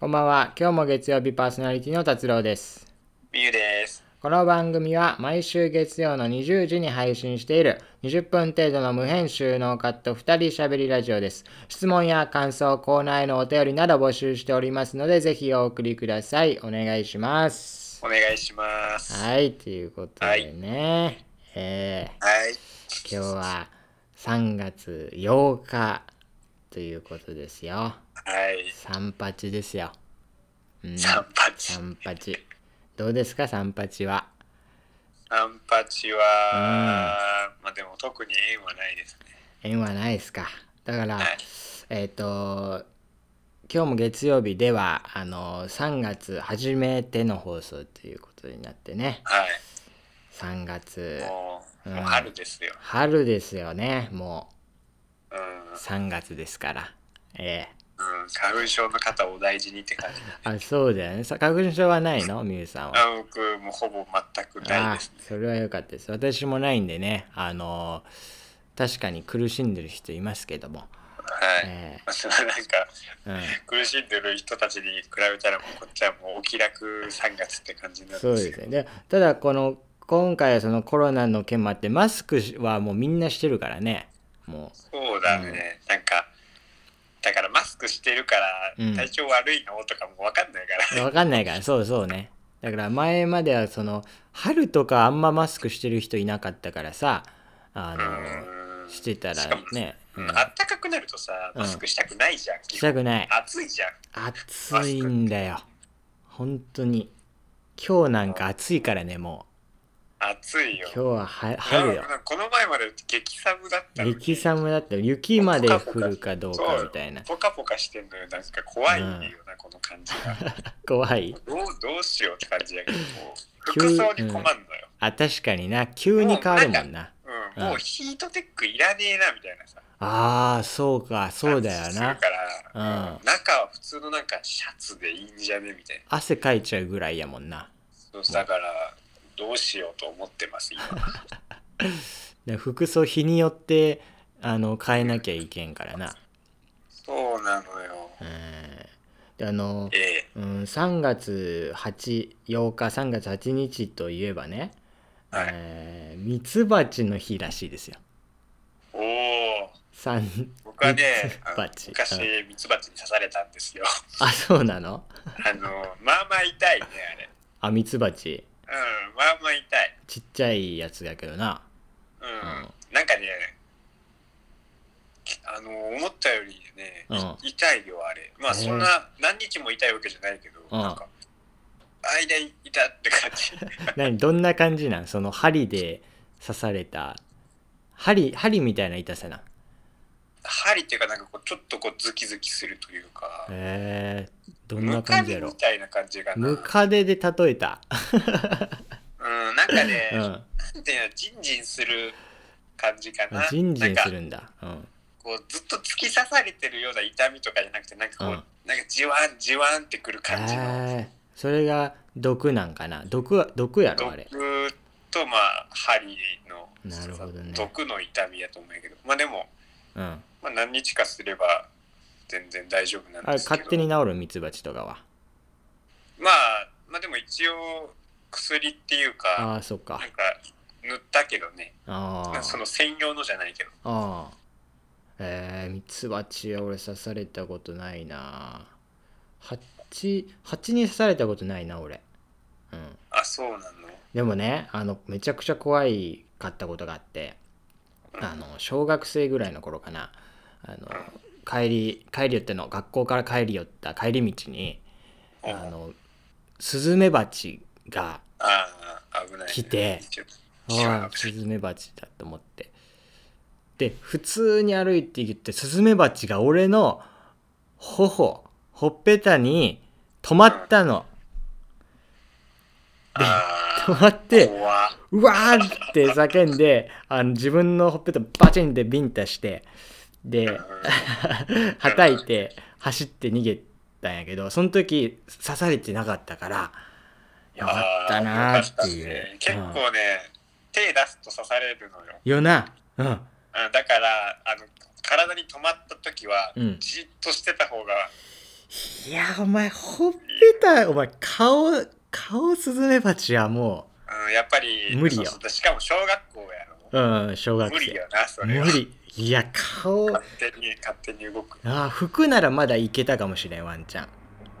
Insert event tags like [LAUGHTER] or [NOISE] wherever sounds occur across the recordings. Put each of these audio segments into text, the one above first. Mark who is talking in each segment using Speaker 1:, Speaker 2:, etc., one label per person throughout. Speaker 1: こんばんは。今日も月曜日パーソナリティの達郎です。
Speaker 2: みゆです。
Speaker 1: この番組は毎週月曜の20時に配信している20分程度の無編集ノーカット2人しゃべりラジオです。質問や感想、コーナーへのお便りなど募集しておりますので、ぜひお送りください。お願いします。
Speaker 2: お願いします。は
Speaker 1: はい、ということでね、え
Speaker 2: い。
Speaker 1: ー、今日は3月8日ということですよ。
Speaker 2: はい。
Speaker 1: 三八ですよ。うん
Speaker 2: 三八。
Speaker 1: 三八。どうですか、三八は。
Speaker 2: 三八は、まあでも特に縁はないですね。
Speaker 1: 縁はないですか。だから
Speaker 2: はい、
Speaker 1: えっ、と、今日も月曜日では、あの、3月初めての放送ということになってね。
Speaker 2: は
Speaker 1: 3月
Speaker 2: い。、もう、
Speaker 1: うん
Speaker 2: もう春ですよ。
Speaker 1: 春ですよね、も
Speaker 2: うん。
Speaker 1: う。3月ですから。え
Speaker 2: うん。花粉症の方を大事にって感じ。
Speaker 1: えあ、そうだよね。さ花粉症はないのみゆさんは。
Speaker 2: あ僕もほぼ全くないです。
Speaker 1: あそれは良かったです私もないんでねあの確かに苦しんでる人いますけども、
Speaker 2: はい。
Speaker 1: え
Speaker 2: まあそのなんか、
Speaker 1: え
Speaker 2: 苦しんでる人たちに比べたら、もうこっちはもうお気楽三月って感じに
Speaker 1: う、
Speaker 2: なんん
Speaker 1: そう
Speaker 2: です
Speaker 1: で
Speaker 2: よ
Speaker 1: す。ねでただこの今回はそのコロナの件もあってマスクはもうみんなしてるからねも
Speaker 2: そうだね、なんかだからマスクしてるから
Speaker 1: うん
Speaker 2: 体調悪いのとかも分かんないから、
Speaker 1: う分かんないからそうそうねだから前まではその春とかあんまマスクしてる人いなかったからさあの
Speaker 2: うん
Speaker 1: してた
Speaker 2: しからも
Speaker 1: ね、うん、
Speaker 2: あったかくなるとさマスクしたくないじゃん、
Speaker 1: したくない
Speaker 2: 暑いじゃん
Speaker 1: 暑いんだよ本当に今日なんか暑いからねも
Speaker 2: 暑いうよ
Speaker 1: 今日はは春よ
Speaker 2: なんかこの前まで激寒だったのに
Speaker 1: 激寒だったよ雪まで降るかどうかみたいな
Speaker 2: ポカポカしてんのよなんか怖いよな、この感じが
Speaker 1: 怖い
Speaker 2: どう [LAUGHS] どうしようって感じだけどもう
Speaker 1: 急
Speaker 2: 服
Speaker 1: に
Speaker 2: 装に困んのよ、
Speaker 1: あ確かにな急に変わるもんな
Speaker 2: うん
Speaker 1: うん
Speaker 2: もうヒートテックいらねえなみたいなさ
Speaker 1: ああそうかそうだよ
Speaker 2: する
Speaker 1: な
Speaker 2: から、
Speaker 1: うん
Speaker 2: 中は普通のなんかシャツでいいんじゃねみたいな
Speaker 1: 汗かいちゃうぐらいやもんな
Speaker 2: そうだからどうしようと思ってます今
Speaker 1: で服装日によってあの変えなきゃいけんからな
Speaker 2: そうなのよ
Speaker 1: うんであの
Speaker 2: ええ
Speaker 1: うん、3月8 8日3月8日といえばね、
Speaker 2: はい
Speaker 1: えーミツバチの日らしいですよ。
Speaker 2: おお
Speaker 1: 三
Speaker 2: 僕はねあの
Speaker 1: ミツバチ。うん
Speaker 2: 昔ミツバチに刺されたんですよ
Speaker 1: [LAUGHS] あそうなの
Speaker 2: あのまあまあ痛いね
Speaker 1: あミツバチ
Speaker 2: あれうんまあまあ痛い
Speaker 1: ちっちゃいやつだけどな。
Speaker 2: うん、
Speaker 1: ん
Speaker 2: なんかねあの思ったよりね、
Speaker 1: うん
Speaker 2: 痛いよあれまあ
Speaker 1: へえ
Speaker 2: そんな何日も痛いわけじゃないけど、
Speaker 1: うん
Speaker 2: なんか間痛って感じ [LAUGHS]
Speaker 1: 何どんな感じなんその針で刺された針針みたいな痛さな。
Speaker 2: 針っていうかなんかこうちょっとこうズキズキするというか、
Speaker 1: えー、どん
Speaker 2: ム
Speaker 1: な
Speaker 2: カ
Speaker 1: 感じ
Speaker 2: デ
Speaker 1: やろ
Speaker 2: み。たいな感じがな。う
Speaker 1: ム
Speaker 2: ん、
Speaker 1: カデで例えた。
Speaker 2: なんかね、
Speaker 1: う
Speaker 2: なん
Speaker 1: ん。
Speaker 2: ていうの、ジンジンする感じかな。
Speaker 1: ジンジンす
Speaker 2: なんか
Speaker 1: るんだ。うん。
Speaker 2: こうずっと突き刺されてるような痛みとかじゃなくて、なんかこう、
Speaker 1: うん
Speaker 2: なんかじわんじわんってくる感じの。
Speaker 1: えーそれが毒なんかな毒は毒やろあれ
Speaker 2: 毒とまあ針の
Speaker 1: なるほどね
Speaker 2: 毒の痛みやと思うんやけど、まあでも、
Speaker 1: うんあ
Speaker 2: まあ、何日かすれば全然大丈夫なん
Speaker 1: れ
Speaker 2: ですけど。
Speaker 1: 勝手に治るミツバチとかは
Speaker 2: まあ、まあでも一応薬っていうか、
Speaker 1: ああそっか
Speaker 2: なんか塗ったけどね、
Speaker 1: あ
Speaker 2: まあそ
Speaker 1: ー
Speaker 2: の専用のじゃないけど、
Speaker 1: あーえー、ミツバチは俺刺されたことないな蜂蜂に刺されたことないな俺うん
Speaker 2: あ、そうなの
Speaker 1: でもねあのめちゃくちゃ怖いかったことがあってあの小学生ぐらいの頃かなあの帰り帰り寄っての学校から帰り寄った帰り道にあ
Speaker 2: うん
Speaker 1: のスズメバチが
Speaker 2: ああ、危ない、ね。
Speaker 1: 来て
Speaker 2: ちょ
Speaker 1: あ
Speaker 2: 知らなか
Speaker 1: ー
Speaker 2: った
Speaker 1: スズメバチだと思ってで普通に歩いて行ってスズメバチが俺の頬ほっぺたに止まったの
Speaker 2: あ
Speaker 1: 止まっ
Speaker 2: ー
Speaker 1: て [LAUGHS]
Speaker 2: 怖っ
Speaker 1: うわーって叫んであの自分のほっぺたバチンってビンタしてで [LAUGHS] はたいて走って逃げたんやけどその時刺されてなかったからよかったなーっていう、
Speaker 2: あーよか
Speaker 1: うん
Speaker 2: ったね結構ね、手出すと刺されるのよ。
Speaker 1: よな。うん。
Speaker 2: あだから、あの体に止まった時は、
Speaker 1: うん
Speaker 2: じっとしてた方が
Speaker 1: いやお前ほっぺたお前顔顔スズメバチはも
Speaker 2: うん、やっぱり、
Speaker 1: 無理よ
Speaker 2: そうそうしかも小学校やろ。
Speaker 1: ううん小学
Speaker 2: 無理
Speaker 1: 生
Speaker 2: よな、それは。
Speaker 1: 無理いや顔あ
Speaker 2: 勝手に、勝手に動く。
Speaker 1: ー服ならまだいけたかもしれんワンちゃん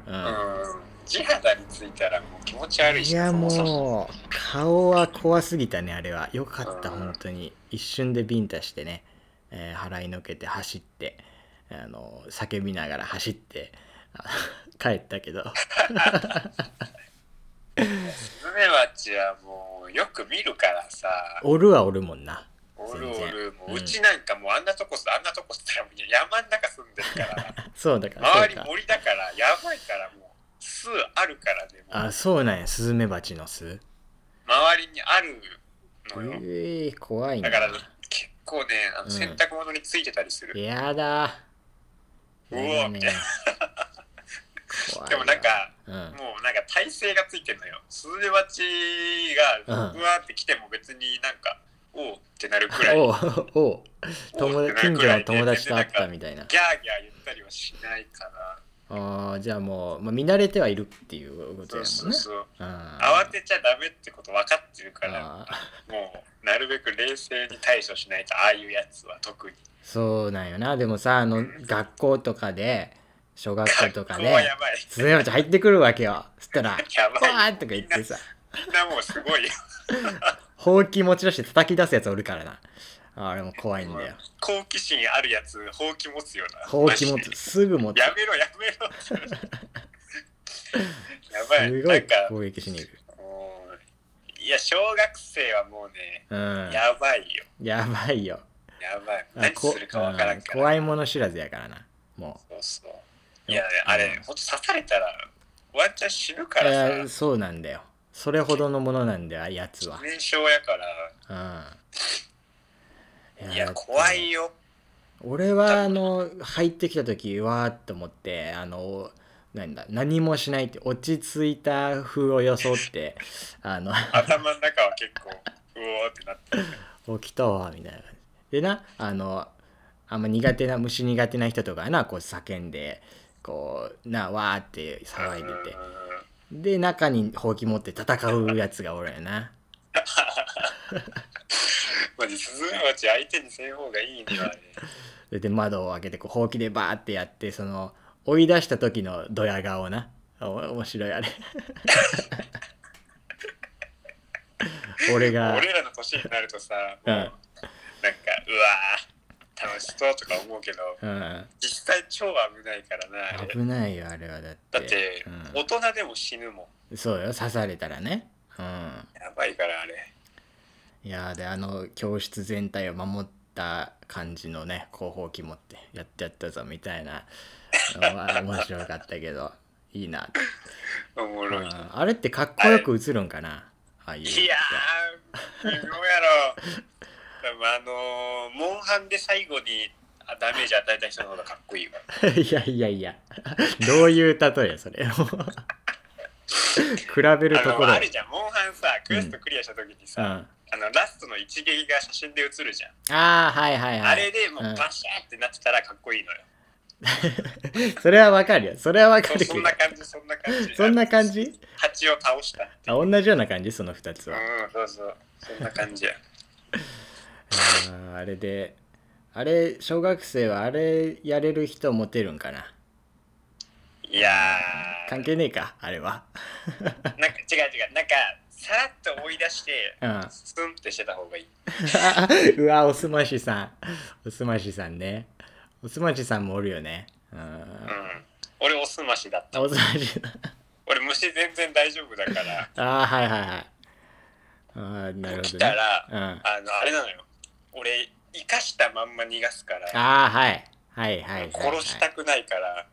Speaker 1: うん
Speaker 2: うん。地肌についたらもう気持ち悪いし、
Speaker 1: いや
Speaker 2: そもそも
Speaker 1: もう顔は怖すぎたねあれはよかった
Speaker 2: うん
Speaker 1: 本当に一瞬でビンタしてね、えー払いのけて走ってあの叫びながら走ってあ帰ったけど
Speaker 2: スズメバチはもう、よく見るからさ。
Speaker 1: おるはおるもんな
Speaker 2: おる
Speaker 1: 全
Speaker 2: お
Speaker 1: 然
Speaker 2: る、も
Speaker 1: うん
Speaker 2: ううちなんかもうあんなとこす、あんなとこすったらもう山ん中住んでるから、
Speaker 1: そうだから
Speaker 2: [LAUGHS] 周
Speaker 1: そう
Speaker 2: り
Speaker 1: か
Speaker 2: 森だから、やばいからもう、巣あるからね、も
Speaker 1: あ
Speaker 2: う
Speaker 1: そうなんやスズメバチの巣
Speaker 2: 周りにある
Speaker 1: う
Speaker 2: のよ。
Speaker 1: えー、怖いな
Speaker 2: だから結構ね、あ
Speaker 1: うん
Speaker 2: の洗濯物についてたりする。
Speaker 1: やだ
Speaker 2: うお
Speaker 1: やだね
Speaker 2: みたいな
Speaker 1: 怖い
Speaker 2: でもなんか、
Speaker 1: わうん
Speaker 2: もうなんか体勢がついてるのよ。スズメバチが
Speaker 1: うん
Speaker 2: うわーって来ても別になんか、おうってなるくらい、ギャー
Speaker 1: おうおう友達近所の友達と会ったみたいな
Speaker 2: ギャー言ったりはしないかな。
Speaker 1: ああじゃあもう、まあ、見慣れてはいるっていうこと
Speaker 2: そ
Speaker 1: やもんね。
Speaker 2: うそうそう。
Speaker 1: 慌
Speaker 2: 慌てちゃダメってこと分かってるから、
Speaker 1: あー
Speaker 2: もうなるべく冷静に対処しないと、ああいうやつは特に。
Speaker 1: そうなんよなでもさあの学校とかで小学校 [LAUGHS] とか
Speaker 2: 学校はや
Speaker 1: で
Speaker 2: ばい。
Speaker 1: スズメバチ入ってくるわけよそしたら「
Speaker 2: や
Speaker 1: わ
Speaker 2: ば
Speaker 1: ー
Speaker 2: い。
Speaker 1: とか言ってさ
Speaker 2: みんなもうすごいよ。
Speaker 1: ほうき持ち出して叩き出すやつおるからなあれも怖いんだよ
Speaker 2: 好奇心あるやつ、ほうき持つよな。
Speaker 1: ほうき持つすぐ持つ
Speaker 2: やめろ、や
Speaker 1: [LAUGHS]
Speaker 2: めろ。やばい。
Speaker 1: すご
Speaker 2: ないんか、
Speaker 1: 攻撃しに行く
Speaker 2: もういや、小学生はもうね、
Speaker 1: うん
Speaker 2: やばいよ。
Speaker 1: やばいよ
Speaker 2: やばい。
Speaker 1: あ
Speaker 2: 何
Speaker 1: こ
Speaker 2: するか分からん
Speaker 1: うん
Speaker 2: から。
Speaker 1: 怖いもの知らずやからなも
Speaker 2: そうそう。いや、
Speaker 1: うん
Speaker 2: あれ、ほんと刺されたら、ワンちゃん死ぬ
Speaker 1: う
Speaker 2: か
Speaker 1: いや
Speaker 2: らさ、
Speaker 1: そうなんだよそれほどのものなんだよやつは
Speaker 2: 年少やから、
Speaker 1: うん
Speaker 2: いや、怖いよ。
Speaker 1: 俺はあの入ってきた時わーっと思ってあのなんだ何もしないって落ち着いた風を装ってあの [LAUGHS]
Speaker 2: 頭の中は結構、うおーってなってる。
Speaker 1: 起きたわみたいな感じでなあのあんま苦手な虫苦手な人とかはなこう叫んでこうなわーって騒いでて
Speaker 2: うん
Speaker 1: で中にほうき持って戦うやつがおるんやな
Speaker 2: マジ、スズメバチ相手にせん方がいいね、あ
Speaker 1: そ
Speaker 2: れ。
Speaker 1: れで窓を開けてこうほうきでバーってやってその追い出した時のドヤ顔なお面白いあれ [LAUGHS] 俺が
Speaker 2: 俺らの年になるとさ、
Speaker 1: うん
Speaker 2: もうなんかうわー楽しそうとか思うけど
Speaker 1: うん
Speaker 2: 実際超危ないからなあれ
Speaker 1: 危ないよあれはだって
Speaker 2: だって、大人でも死ぬも
Speaker 1: うん、そうよ刺されたらねうん
Speaker 2: んやばいからあれ
Speaker 1: いやーであの教室全体を守った感じのね広報機持ってやってやったぞみたいなのは面白かったけどいいな、
Speaker 2: おも
Speaker 1: う
Speaker 2: ろい、い
Speaker 1: ん、あれってかっこよく映るんかなああいうのって
Speaker 2: やー微妙やろでもあのーモンハンで最後にあダメージ与えた人の方がかっこいいわ
Speaker 1: [LAUGHS] いやいやいや、どういう例えそれ。 [LAUGHS] もう比べると
Speaker 2: あ
Speaker 1: ころ
Speaker 2: の。あるじゃんモンハンさクエストクリアした時に
Speaker 1: うん、
Speaker 2: さ、
Speaker 1: あ
Speaker 2: あのラストの一撃が写真で映るじゃん、
Speaker 1: あ、はいはいはい。
Speaker 2: あれでもうバシャーってなってたらかっこいいのよ、
Speaker 1: [LAUGHS] それはわかるよ。それはわか
Speaker 2: そ
Speaker 1: るけ
Speaker 2: そ
Speaker 1: ど
Speaker 2: ん。な感じそんな感じ
Speaker 1: そんな感じ
Speaker 2: 蜂を倒したって
Speaker 1: あ
Speaker 2: いう。
Speaker 1: 同じような感じその2つ
Speaker 2: う
Speaker 1: は。
Speaker 2: ん、そうそう。そんな感じや。
Speaker 1: あーあれで、あれ、小学生はあれやれる人モテるんかない
Speaker 2: やー、
Speaker 1: 関係ねえか、あれは。
Speaker 2: なんか違う違う。なんか、さらっと追い出して、
Speaker 1: うん。あ
Speaker 2: スンってしてた方がいい。
Speaker 1: うわ、おすましさん。おすましさんね。おすましさんもおるよね。うん。
Speaker 2: う
Speaker 1: あ
Speaker 2: ん。俺、おすましだった。
Speaker 1: おすましさん。
Speaker 2: 俺、虫全然大丈夫だから、
Speaker 1: ああはいはいはいああなるほど、ね、
Speaker 2: 起きたら
Speaker 1: うん、あ
Speaker 2: あの、あれなのよ。俺、生かしたまんま逃がすから、
Speaker 1: あはいはいはい、はい、
Speaker 2: 殺したくないから、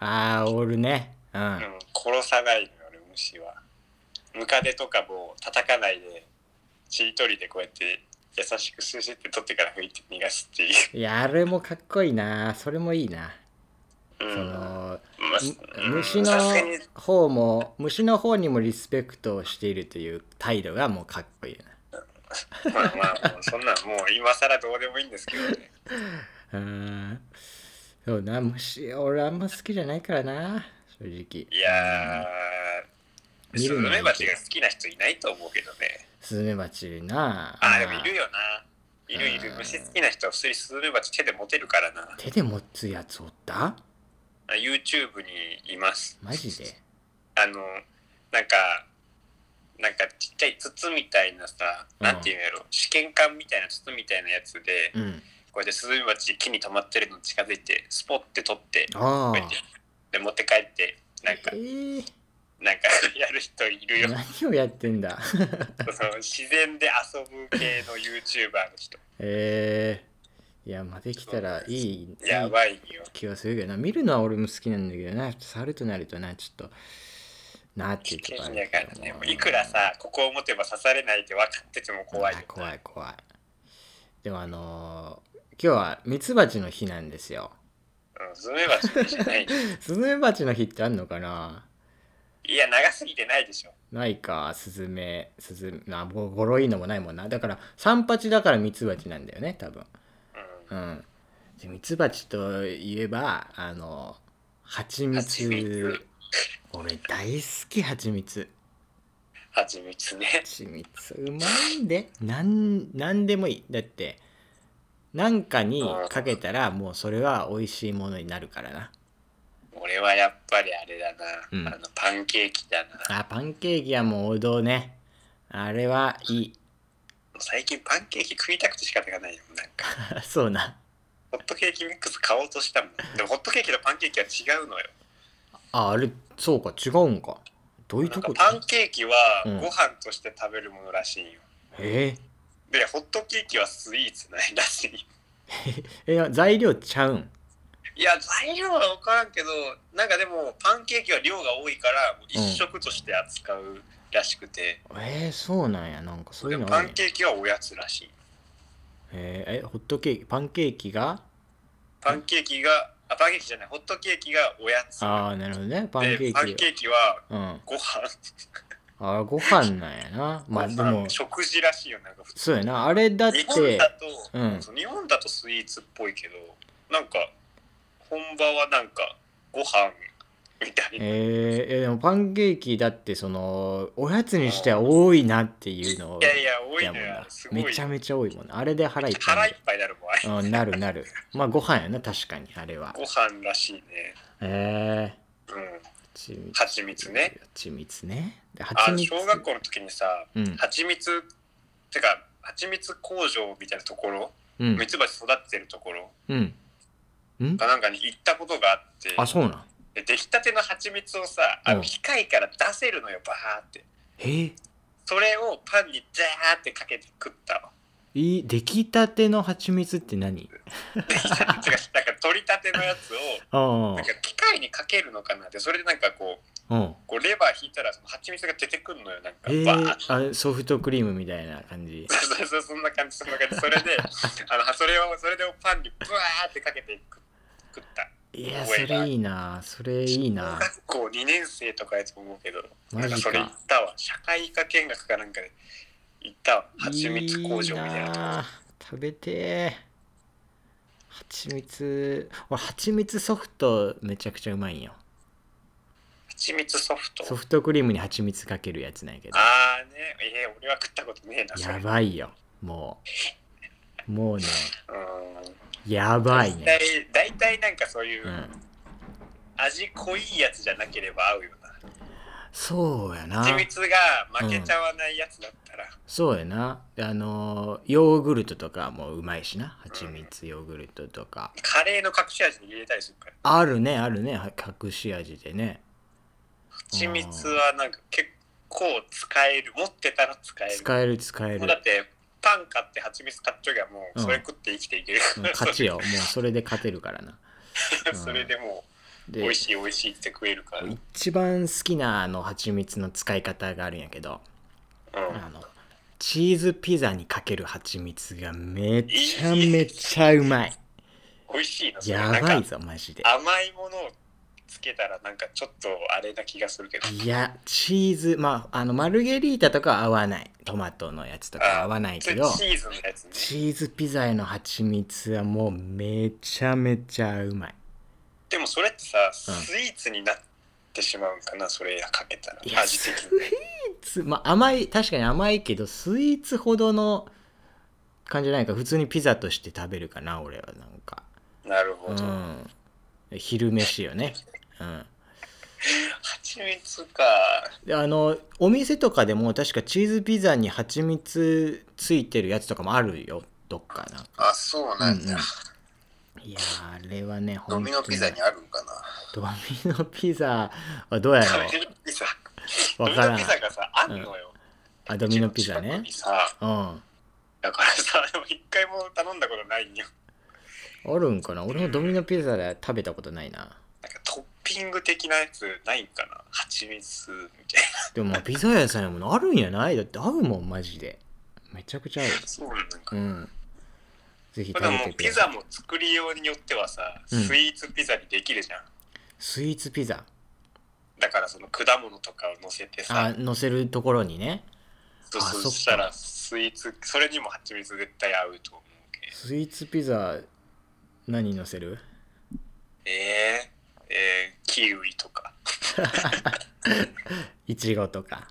Speaker 1: ああおるねうん、あ
Speaker 2: うん、殺さないのよ、俺、虫は。ムカデとかも叩かないで、しりとりでこうやって、優しくスーッて取ってから吹いて逃がすっていう。
Speaker 1: いやあれもかっこいいなそれもいいな、
Speaker 2: うん
Speaker 1: その
Speaker 2: まあ
Speaker 1: む虫
Speaker 2: うん
Speaker 1: の
Speaker 2: さすがに
Speaker 1: 方も虫の方にもリスペクトをしているという態度がもうかっこいい
Speaker 2: まあまあもうそんなんもう今更どうでもいいんですけどね
Speaker 1: なうんそうな虫俺あんま好きじゃないからな正直
Speaker 2: いやー、
Speaker 1: 見
Speaker 2: ス
Speaker 1: るのは
Speaker 2: ズ
Speaker 1: いいけど
Speaker 2: メバチが好きな人いないと思うけどね。
Speaker 1: スズメバチな
Speaker 2: あー、でもいるよな。いるいる
Speaker 1: う。ん
Speaker 2: 虫好きな人は普通にスズメバチ手で持てるからな。
Speaker 1: 手で持つやつおった
Speaker 2: あ YouTube にいます。
Speaker 1: マジで
Speaker 2: あの、なんか、なんかちっちゃい筒みたいなさ、
Speaker 1: うん
Speaker 2: なんていうんやろ、試験管みたいな筒みたいなやつで、
Speaker 1: うん
Speaker 2: これでスズメバチ木に止まってるの近づいて、スポッて取って、
Speaker 1: あ
Speaker 2: こうやっ
Speaker 1: あ
Speaker 2: て、で持って帰って、なんか
Speaker 1: え、ー、
Speaker 2: なんかやる人い
Speaker 1: [LAUGHS]
Speaker 2: るよ。
Speaker 1: 何をやってんだ [LAUGHS]
Speaker 2: その自然で遊ぶ系の YouTuber の人。
Speaker 1: えー、いやまあできたらいい
Speaker 2: やばいよ。
Speaker 1: 気はするけどな見るのは俺も好きなんだけどな触るとなるとなちょっとなってい
Speaker 2: 危
Speaker 1: うと
Speaker 2: 険
Speaker 1: こあ
Speaker 2: だ
Speaker 1: る
Speaker 2: か
Speaker 1: け
Speaker 2: ら
Speaker 1: ど
Speaker 2: ね。もういくらさ、ここを持てば刺されないって分かってても怖いよ
Speaker 1: あ。怖い怖いでもあのー今日はミツバチの日なんですよ [LAUGHS]
Speaker 2: うん、スズメバチじゃない。
Speaker 1: スズメバチの日ってあんのかない
Speaker 2: や、長すぎてないでしょ。
Speaker 1: ないかスズメスズメなぼボロいのもないもんなだから三八だからミツバチなんだよね多分
Speaker 2: うん。
Speaker 1: うんでミツバチといえばあの蜂
Speaker 2: 蜂蜜
Speaker 1: 蜜俺大好き蜂蜜
Speaker 2: 蜂蜜ね。
Speaker 1: 蜂蜜うまいんでなんなんでもいいだってなんかにかけたらもうそれは美味しいものになるからな
Speaker 2: 俺はやっぱりあれだな。
Speaker 1: うん
Speaker 2: あのパンケーキだな。
Speaker 1: あパンケーキはもう王道ねあれはいい [LAUGHS]
Speaker 2: 最近パンケーキ食いたくて仕方がないよ。なんか、
Speaker 1: そうな
Speaker 2: ホットケーキミックス買おうとしたもん。でもホットケーキとパンケーキは違うのよ。
Speaker 1: ああれそうか違うんかどういう
Speaker 2: な
Speaker 1: と
Speaker 2: んか
Speaker 1: こ
Speaker 2: パンケーキは
Speaker 1: うん
Speaker 2: ご飯として食べるものらしいんよ。
Speaker 1: え
Speaker 2: で、ホットケーキはスイーツないらしい。 [LAUGHS]
Speaker 1: ー、え材料ちゃうん
Speaker 2: いや、材料は分からんけど、なんかでも、パンケーキは量が多いから、もう一食として扱うらしくて、
Speaker 1: えー、そうなんやなんかそうい
Speaker 2: で
Speaker 1: う
Speaker 2: も
Speaker 1: のあ
Speaker 2: パ
Speaker 1: るん
Speaker 2: ン
Speaker 1: や
Speaker 2: ケーキはおやつらしい。
Speaker 1: えーえホットケーキパンケーキが
Speaker 2: パンケーキが、あ、パンケーキじゃない、ホットケーキがおやつ。
Speaker 1: ああなるほどねパンケー
Speaker 2: で、
Speaker 1: キ
Speaker 2: パンケーキは
Speaker 1: うんあ
Speaker 2: ご飯。
Speaker 1: ーご飯なんやな
Speaker 2: [LAUGHS]
Speaker 1: まあでも
Speaker 2: 食事らしいよ、なんか普通。
Speaker 1: そうやなあれだっ
Speaker 2: 日本
Speaker 1: て
Speaker 2: だと、
Speaker 1: うん
Speaker 2: そう日本だとスイーツっぽいけど、なんか、本場はなんか、ご飯みたいな。
Speaker 1: えー、えでもパンケーキだってそのおやつにしては多いなっていうのを
Speaker 2: いやいや、多い
Speaker 1: や
Speaker 2: の
Speaker 1: もん
Speaker 2: よ
Speaker 1: な。
Speaker 2: すごいよ。
Speaker 1: めちゃめちゃ多いもんなあれで腹いっぱい
Speaker 2: 腹
Speaker 1: ない
Speaker 2: っぱいだろ、もうあれ。
Speaker 1: うん、なるなる。まあご飯やな、確かに、あれは
Speaker 2: ご。飯らしいね。
Speaker 1: え
Speaker 2: うん。
Speaker 1: ー、
Speaker 2: 蜂蜜ね。
Speaker 1: 蜂蜜ね。で
Speaker 2: あ
Speaker 1: 蜂蜜。
Speaker 2: 小学校の時にさ
Speaker 1: うん。
Speaker 2: 蜂蜜ってか蜂蜜工場みたいなところ
Speaker 1: うん
Speaker 2: ミ。ツバチ育ってるところ
Speaker 1: うん。
Speaker 2: かなんかに行ったことがあって
Speaker 1: あ、そうなん。
Speaker 2: で出来たての蜂蜜をさあ
Speaker 1: うん
Speaker 2: の機械から出せるのよバーって
Speaker 1: えー、
Speaker 2: それをパンにジャーってかけて食ったわ
Speaker 1: いい出来たての蜂蜜って何 [LAUGHS]
Speaker 2: 出来たてっていうかなんか取りたてのやつを
Speaker 1: あ
Speaker 2: なんか機械にかけるのかなってそれでなんかこう
Speaker 1: あ。うん。
Speaker 2: こうレバー引いたらその蜂蜜が出てくるのよなんか
Speaker 1: え
Speaker 2: バー
Speaker 1: ー
Speaker 2: って、
Speaker 1: あれソフトクリームみたいな感じ。
Speaker 2: そうそうそうそんな感じそんな感じそれであのそれをそれでパンにブワーってかけて食食った
Speaker 1: いや、
Speaker 2: 覚
Speaker 1: そ
Speaker 2: えが
Speaker 1: れいいな。それいいな。
Speaker 2: 小学校2年生とかやと思うけどな
Speaker 1: マ
Speaker 2: んか
Speaker 1: ジ
Speaker 2: それ行
Speaker 1: か
Speaker 2: っ。たわ社会科見学かなんかで行ったわ蜂蜜工場みたいなとこ
Speaker 1: な食べてー。蜂蜜。俺、蜂蜜ソフトめちゃくちゃうまいんよ。
Speaker 2: 蜂蜜ソフト
Speaker 1: ソフトクリームに蜂蜜かけるやつなんやけど
Speaker 2: ああねえー、俺は食ったことねえなそれ
Speaker 1: やばいよもうもうね
Speaker 2: うん
Speaker 1: やばいね
Speaker 2: 大体大体なんかそういう、
Speaker 1: うん
Speaker 2: 味濃いやつじゃなければ合うよな
Speaker 1: そうやな
Speaker 2: 蜂蜜が負けちゃわないやつだったら、
Speaker 1: そうやなあのーヨーグルトとかもうまいしな蜂蜜ヨーグルトとか
Speaker 2: カレーの隠し味に入れたりするから
Speaker 1: あるねあるねは隠し味でね
Speaker 2: 蜂蜜はなんか結構使える持ってたら使える
Speaker 1: 使える使え
Speaker 2: も
Speaker 1: る
Speaker 2: うだってパン買って蜂蜜買っときゃもう
Speaker 1: うん
Speaker 2: それ食って生きていける、
Speaker 1: うん勝ちよもうそれで勝てるからなうん
Speaker 2: [LAUGHS] それでもう美
Speaker 1: で
Speaker 2: 味しい美味しいって食えるから、うん、
Speaker 1: 一番好きなあの蜂蜜の使い方があるんやけどあのチーズピザにかける蜂蜜がめちゃめちゃうまい。
Speaker 2: 美味しいのそれ
Speaker 1: やば
Speaker 2: ないんか
Speaker 1: ぞ、マジで。
Speaker 2: 甘いものをつけたらなんかちょっとあれな気がするけど
Speaker 1: いや、チーズ、まあ、あの、マルゲリータとかは合わない。トマトのやつとかは合わない
Speaker 2: そ
Speaker 1: け
Speaker 2: れチ
Speaker 1: ど、
Speaker 2: ーズのやつね
Speaker 1: チーズピザへの蜂蜜はもうめちゃめちゃうまい。
Speaker 2: でもそれってさ、スイーツになってしまうんかな、それかけたら
Speaker 1: い。や
Speaker 2: 味的
Speaker 1: スイーツまあ甘い確かに甘いけどスイーツほどの感じじゃないか普通にピザとして食べるかな俺はなんか
Speaker 2: に。なるほど。
Speaker 1: うん昼飯よねうん
Speaker 2: 蜂蜜か。
Speaker 1: であのお店とかでも確かチーズピザに蜂蜜ついてるやつとかもあるよどっかなんか
Speaker 2: あ、そうなんだ。
Speaker 1: いやーあれはね
Speaker 2: ド
Speaker 1: 本当
Speaker 2: ミノピザにあるんかな。
Speaker 1: ドミノピザはどうや
Speaker 2: ド
Speaker 1: ろう
Speaker 2: ミノピザ。ド
Speaker 1: わ
Speaker 2: ミ
Speaker 1: からん
Speaker 2: ノピザがさ、あんのよ。
Speaker 1: あドミノピザね
Speaker 2: うちの近くにさ
Speaker 1: うんあ
Speaker 2: だからさ、でも一回も頼んだことないんよ。
Speaker 1: るんかな俺もドミノピザで食べたことないな
Speaker 2: なんかトッピング的なやつないんかな蜂蜜みたい
Speaker 1: でもまあピザ屋さんやものあるんやないだって合うもんマジでめちゃくちゃ合
Speaker 2: な。そうなん
Speaker 1: う
Speaker 2: か
Speaker 1: う。んぜひ
Speaker 2: まあ
Speaker 1: 食
Speaker 2: で
Speaker 1: べ
Speaker 2: もも
Speaker 1: て
Speaker 2: う
Speaker 1: く
Speaker 2: ピ
Speaker 1: ださ
Speaker 2: ザ
Speaker 1: い
Speaker 2: も作りようによってはさ、
Speaker 1: うん
Speaker 2: スイーツピザにできるじゃん。
Speaker 1: スイーツピザ
Speaker 2: だからその果物とかを乗せて
Speaker 1: あ
Speaker 2: さ、
Speaker 1: 乗せるところにね
Speaker 2: そ
Speaker 1: あそっ
Speaker 2: そ
Speaker 1: か
Speaker 2: したらスイーツ、それにも蜂蜜絶対合うと思うけど。
Speaker 1: スイーツピザ何乗せる
Speaker 2: えー、えー、キウイとか。
Speaker 1: いちごとか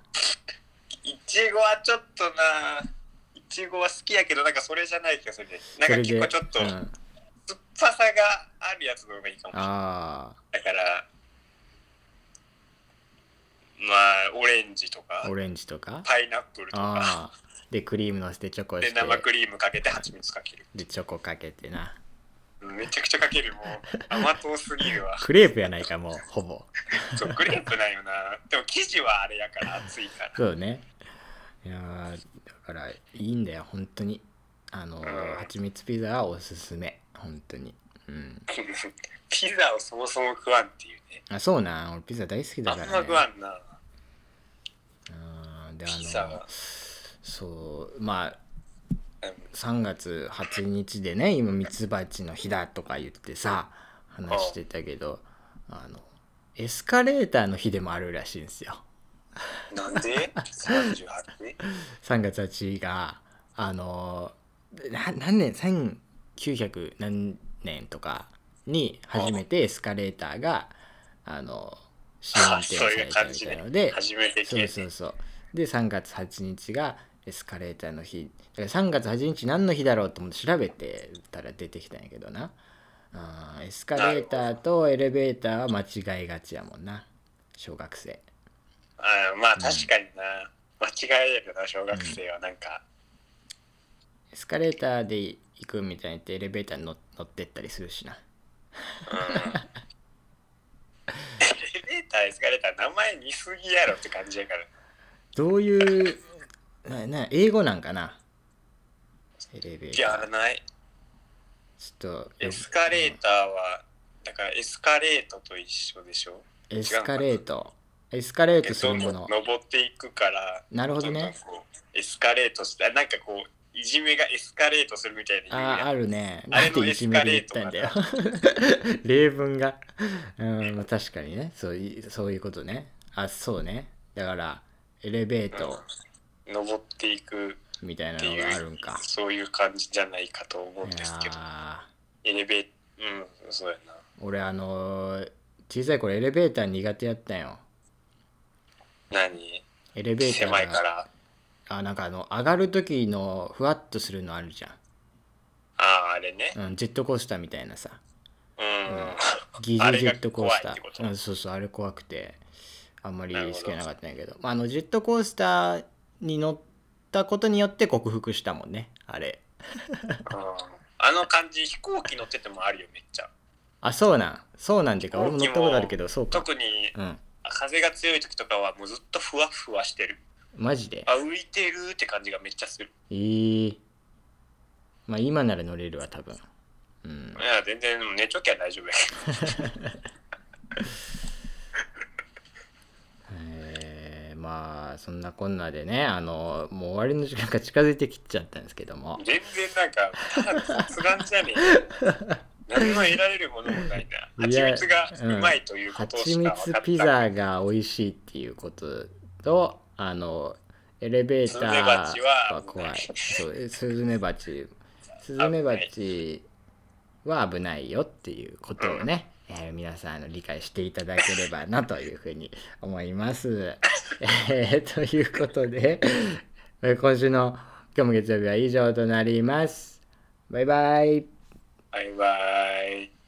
Speaker 2: いちごはちょっとな、いちごは好きやけど、なんかそれじゃない気がするね。なんか結構ちょっと
Speaker 1: う
Speaker 2: 酸っ
Speaker 1: ん、
Speaker 2: ぱさがあるやつの方がいいかもしれない。
Speaker 1: あ
Speaker 2: だから、まあ、オレンジとか
Speaker 1: あオ、レンジとか
Speaker 2: パイナップルとか、
Speaker 1: ああでクリーム乗せてチョコ
Speaker 2: で、
Speaker 1: して
Speaker 2: 生クリームかけて蜂蜜かける。
Speaker 1: でチョコかけてな
Speaker 2: うんめちゃくちゃかける、もう、甘党す
Speaker 1: [LAUGHS]
Speaker 2: ぎるわ。
Speaker 1: クレープやないかもうほぼ
Speaker 2: そう、クレープなんよな。でも、生地はあれやから、熱いから。 [LAUGHS]
Speaker 1: そうねいやーだからいいんだよ本当にあのー蜂蜜ピザはおすすめ本当にうん
Speaker 2: ピザをそもそも食わんっていうね。
Speaker 1: あそうなん俺ピザ大好きだ
Speaker 2: あん
Speaker 1: か
Speaker 2: ま
Speaker 1: ら、ね、
Speaker 2: 食わんな。
Speaker 1: うんであ
Speaker 2: ピザ
Speaker 1: の
Speaker 2: は。
Speaker 1: そうまあ
Speaker 2: うん
Speaker 1: 3月8日でね今ミツバチの日だとか言ってさ話してたけどあのエスカレーターの日でもあるらしいんですよ
Speaker 2: なんで ?38 ね。
Speaker 1: 3月8日があのな何年1900何年とかに初めてエスカレーターがあの試運
Speaker 2: あ
Speaker 1: 転
Speaker 2: そういう
Speaker 1: され
Speaker 2: 感
Speaker 1: たみ
Speaker 2: じ
Speaker 1: たい
Speaker 2: ね
Speaker 1: なので。
Speaker 2: 初めて
Speaker 1: そ
Speaker 2: 聞
Speaker 1: う
Speaker 2: い
Speaker 1: そ
Speaker 2: て
Speaker 1: う。そうで3月8日がエスカレーターの日だから3月8日何の日だろうと思って調べてたら出てきたんやけどなあーエスカレーターとエレベーターは間違いがちやもんな小学生
Speaker 2: あまあ、確かにな。間違えるよな、小学生は。なんか、
Speaker 1: エスカレーターで行くみたいに言ってエレベーターに乗乗ってったりするしな [LAUGHS]
Speaker 2: エレベーター、エスカレーター、名前似すぎやろって感じやから。
Speaker 1: どういうなな英語なんかなエレベー
Speaker 2: や
Speaker 1: タ
Speaker 2: ら
Speaker 1: ー
Speaker 2: ない。
Speaker 1: ちょっと
Speaker 2: エスカレーターは、だからエスカレートと一緒でしょ。
Speaker 1: エスカレートエスカレートす
Speaker 2: ど
Speaker 1: る
Speaker 2: ん
Speaker 1: も
Speaker 2: どん
Speaker 1: の
Speaker 2: 登っていくから、
Speaker 1: なるほどね
Speaker 2: んんこうエスカレートして、あなんかこう、いじめがエスカレートするみたいな言うやん。
Speaker 1: ああるね。
Speaker 2: あ
Speaker 1: な
Speaker 2: れ
Speaker 1: んて
Speaker 2: の
Speaker 1: い
Speaker 2: エ
Speaker 1: じ
Speaker 2: ス
Speaker 1: め
Speaker 2: カ
Speaker 1: で
Speaker 2: レ
Speaker 1: 言っ
Speaker 2: ート
Speaker 1: た
Speaker 2: が
Speaker 1: んだよ。例文が。うん、まあ確かにねそうい。そういうことね。あ、そうね。だから、エレベート
Speaker 2: 登っていく
Speaker 1: みたい
Speaker 2: っ
Speaker 1: な
Speaker 2: て
Speaker 1: の
Speaker 2: いう
Speaker 1: があるんか。
Speaker 2: そういう感じじゃないかと思うん
Speaker 1: い
Speaker 2: で
Speaker 1: や
Speaker 2: すけど
Speaker 1: ー
Speaker 2: エレベーうんそうやな
Speaker 1: 俺、あのー小さい頃エレベーター苦手やったんよ。
Speaker 2: 何
Speaker 1: エレベーターが
Speaker 2: 狭いから
Speaker 1: あ、なんかあの、上がる時のふわっとするのあるじゃ
Speaker 2: あああれね
Speaker 1: ん。うん、ジェットコースターみたいなさ。
Speaker 2: うん、
Speaker 1: ギリジェットコースタ
Speaker 2: あれが怖いってこと
Speaker 1: ー、うん、そうそうあれ怖くてあんまり
Speaker 2: なる
Speaker 1: 好
Speaker 2: ほど
Speaker 1: きじゃなかったんやけどまあ、あのジェットコースターに乗ったことによって克服したもんねあれ
Speaker 2: うんあの感じ飛行機乗っててもあるよめっちゃ
Speaker 1: あそうなんそうなんていうか
Speaker 2: 飛
Speaker 1: 俺
Speaker 2: 行
Speaker 1: も
Speaker 2: 機
Speaker 1: 乗
Speaker 2: も
Speaker 1: ったことあるけどそうか
Speaker 2: 特に
Speaker 1: うん
Speaker 2: 風が強い時とかはもうずっとふわふわしてる
Speaker 1: マジで
Speaker 2: あ浮いてるって感じがめっちゃする
Speaker 1: えー、まあ今なら乗れるわ多分うん
Speaker 2: いや全然でも寝ちょきゃ大丈夫や
Speaker 1: えーまあそんなこんなでねあのもう終わりの時間が近づいてきちゃったんですけど [LAUGHS] も
Speaker 2: 全然なんかただの雑談じゃね
Speaker 1: [LAUGHS]
Speaker 2: え何も得られるものもないんだ
Speaker 1: い
Speaker 2: 蜂
Speaker 1: や
Speaker 2: 蜜がうまいということし
Speaker 1: 蜂
Speaker 2: か分か
Speaker 1: 蜜
Speaker 2: った
Speaker 1: ピザが美味しいっていうこととあのエレベーターは怖いそうスズメ [LAUGHS] バチスズメバチは危ないよっていうことをね、えー皆さんあの理解していただければなというふうに思い [LAUGHS] ます。えーということで、 [LAUGHS] えー今週の今日も月曜日は以上となります。バイバイ。
Speaker 2: バイバイ。